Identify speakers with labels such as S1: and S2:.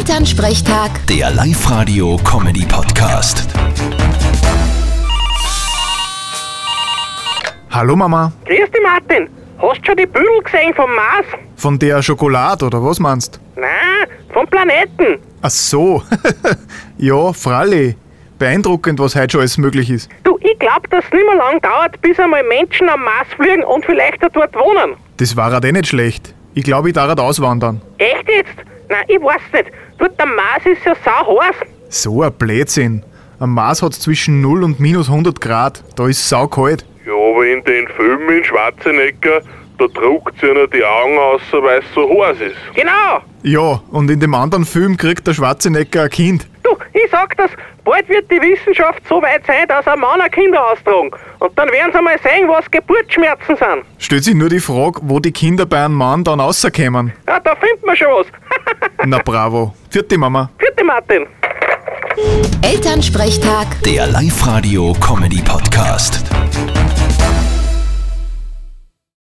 S1: Elternsprechtag,
S2: Der Live-Radio-Comedy-Podcast.
S3: Hallo Mama,
S4: Grüß dich, Martin. Hast schon die Büdel gesehen vom Mars?
S3: von der Schokolade oder was meinst?
S4: Nein, vom Planeten.
S3: Ach so, ja, Fralli. Beeindruckend, was heute schon alles möglich ist.
S4: Du, ich glaub, dass es nicht mehr lang dauert, bis einmal Menschen am Mars fliegen und vielleicht auch dort wohnen.
S3: Das war halt eh nicht schlecht. Ich glaube, ich darf halt auswandern.
S4: Echt jetzt? Nein, ich weiß nicht. Dort am Mars ist ja sauheiß.
S3: So ein Blödsinn. Am Mars hat es zwischen 0 und minus 100 Grad. Da ist saukalt.
S5: Ja, aber in den Filmen in Schwarzenegger, da druckt sie ihnen die Augen aus, weil es so heiß ist.
S4: Genau.
S3: Ja, und in dem anderen Film kriegt der Schwarzenegger ein Kind.
S4: Du, ich sag das, bald wird die Wissenschaft so weit sein, dass ein Mann ein Kinder austragen. Und dann werden sie mal sehen, was Geburtsschmerzen sind.
S3: Stellt sich nur die Frage, wo die Kinder bei einem Mann dann rauskommen.
S4: Ja, da findet man schon was.
S3: Na bravo. Vierte Mama.
S4: Vierte Martin.
S1: Elternsprechtag.
S2: Der Live-Radio-Comedy-Podcast.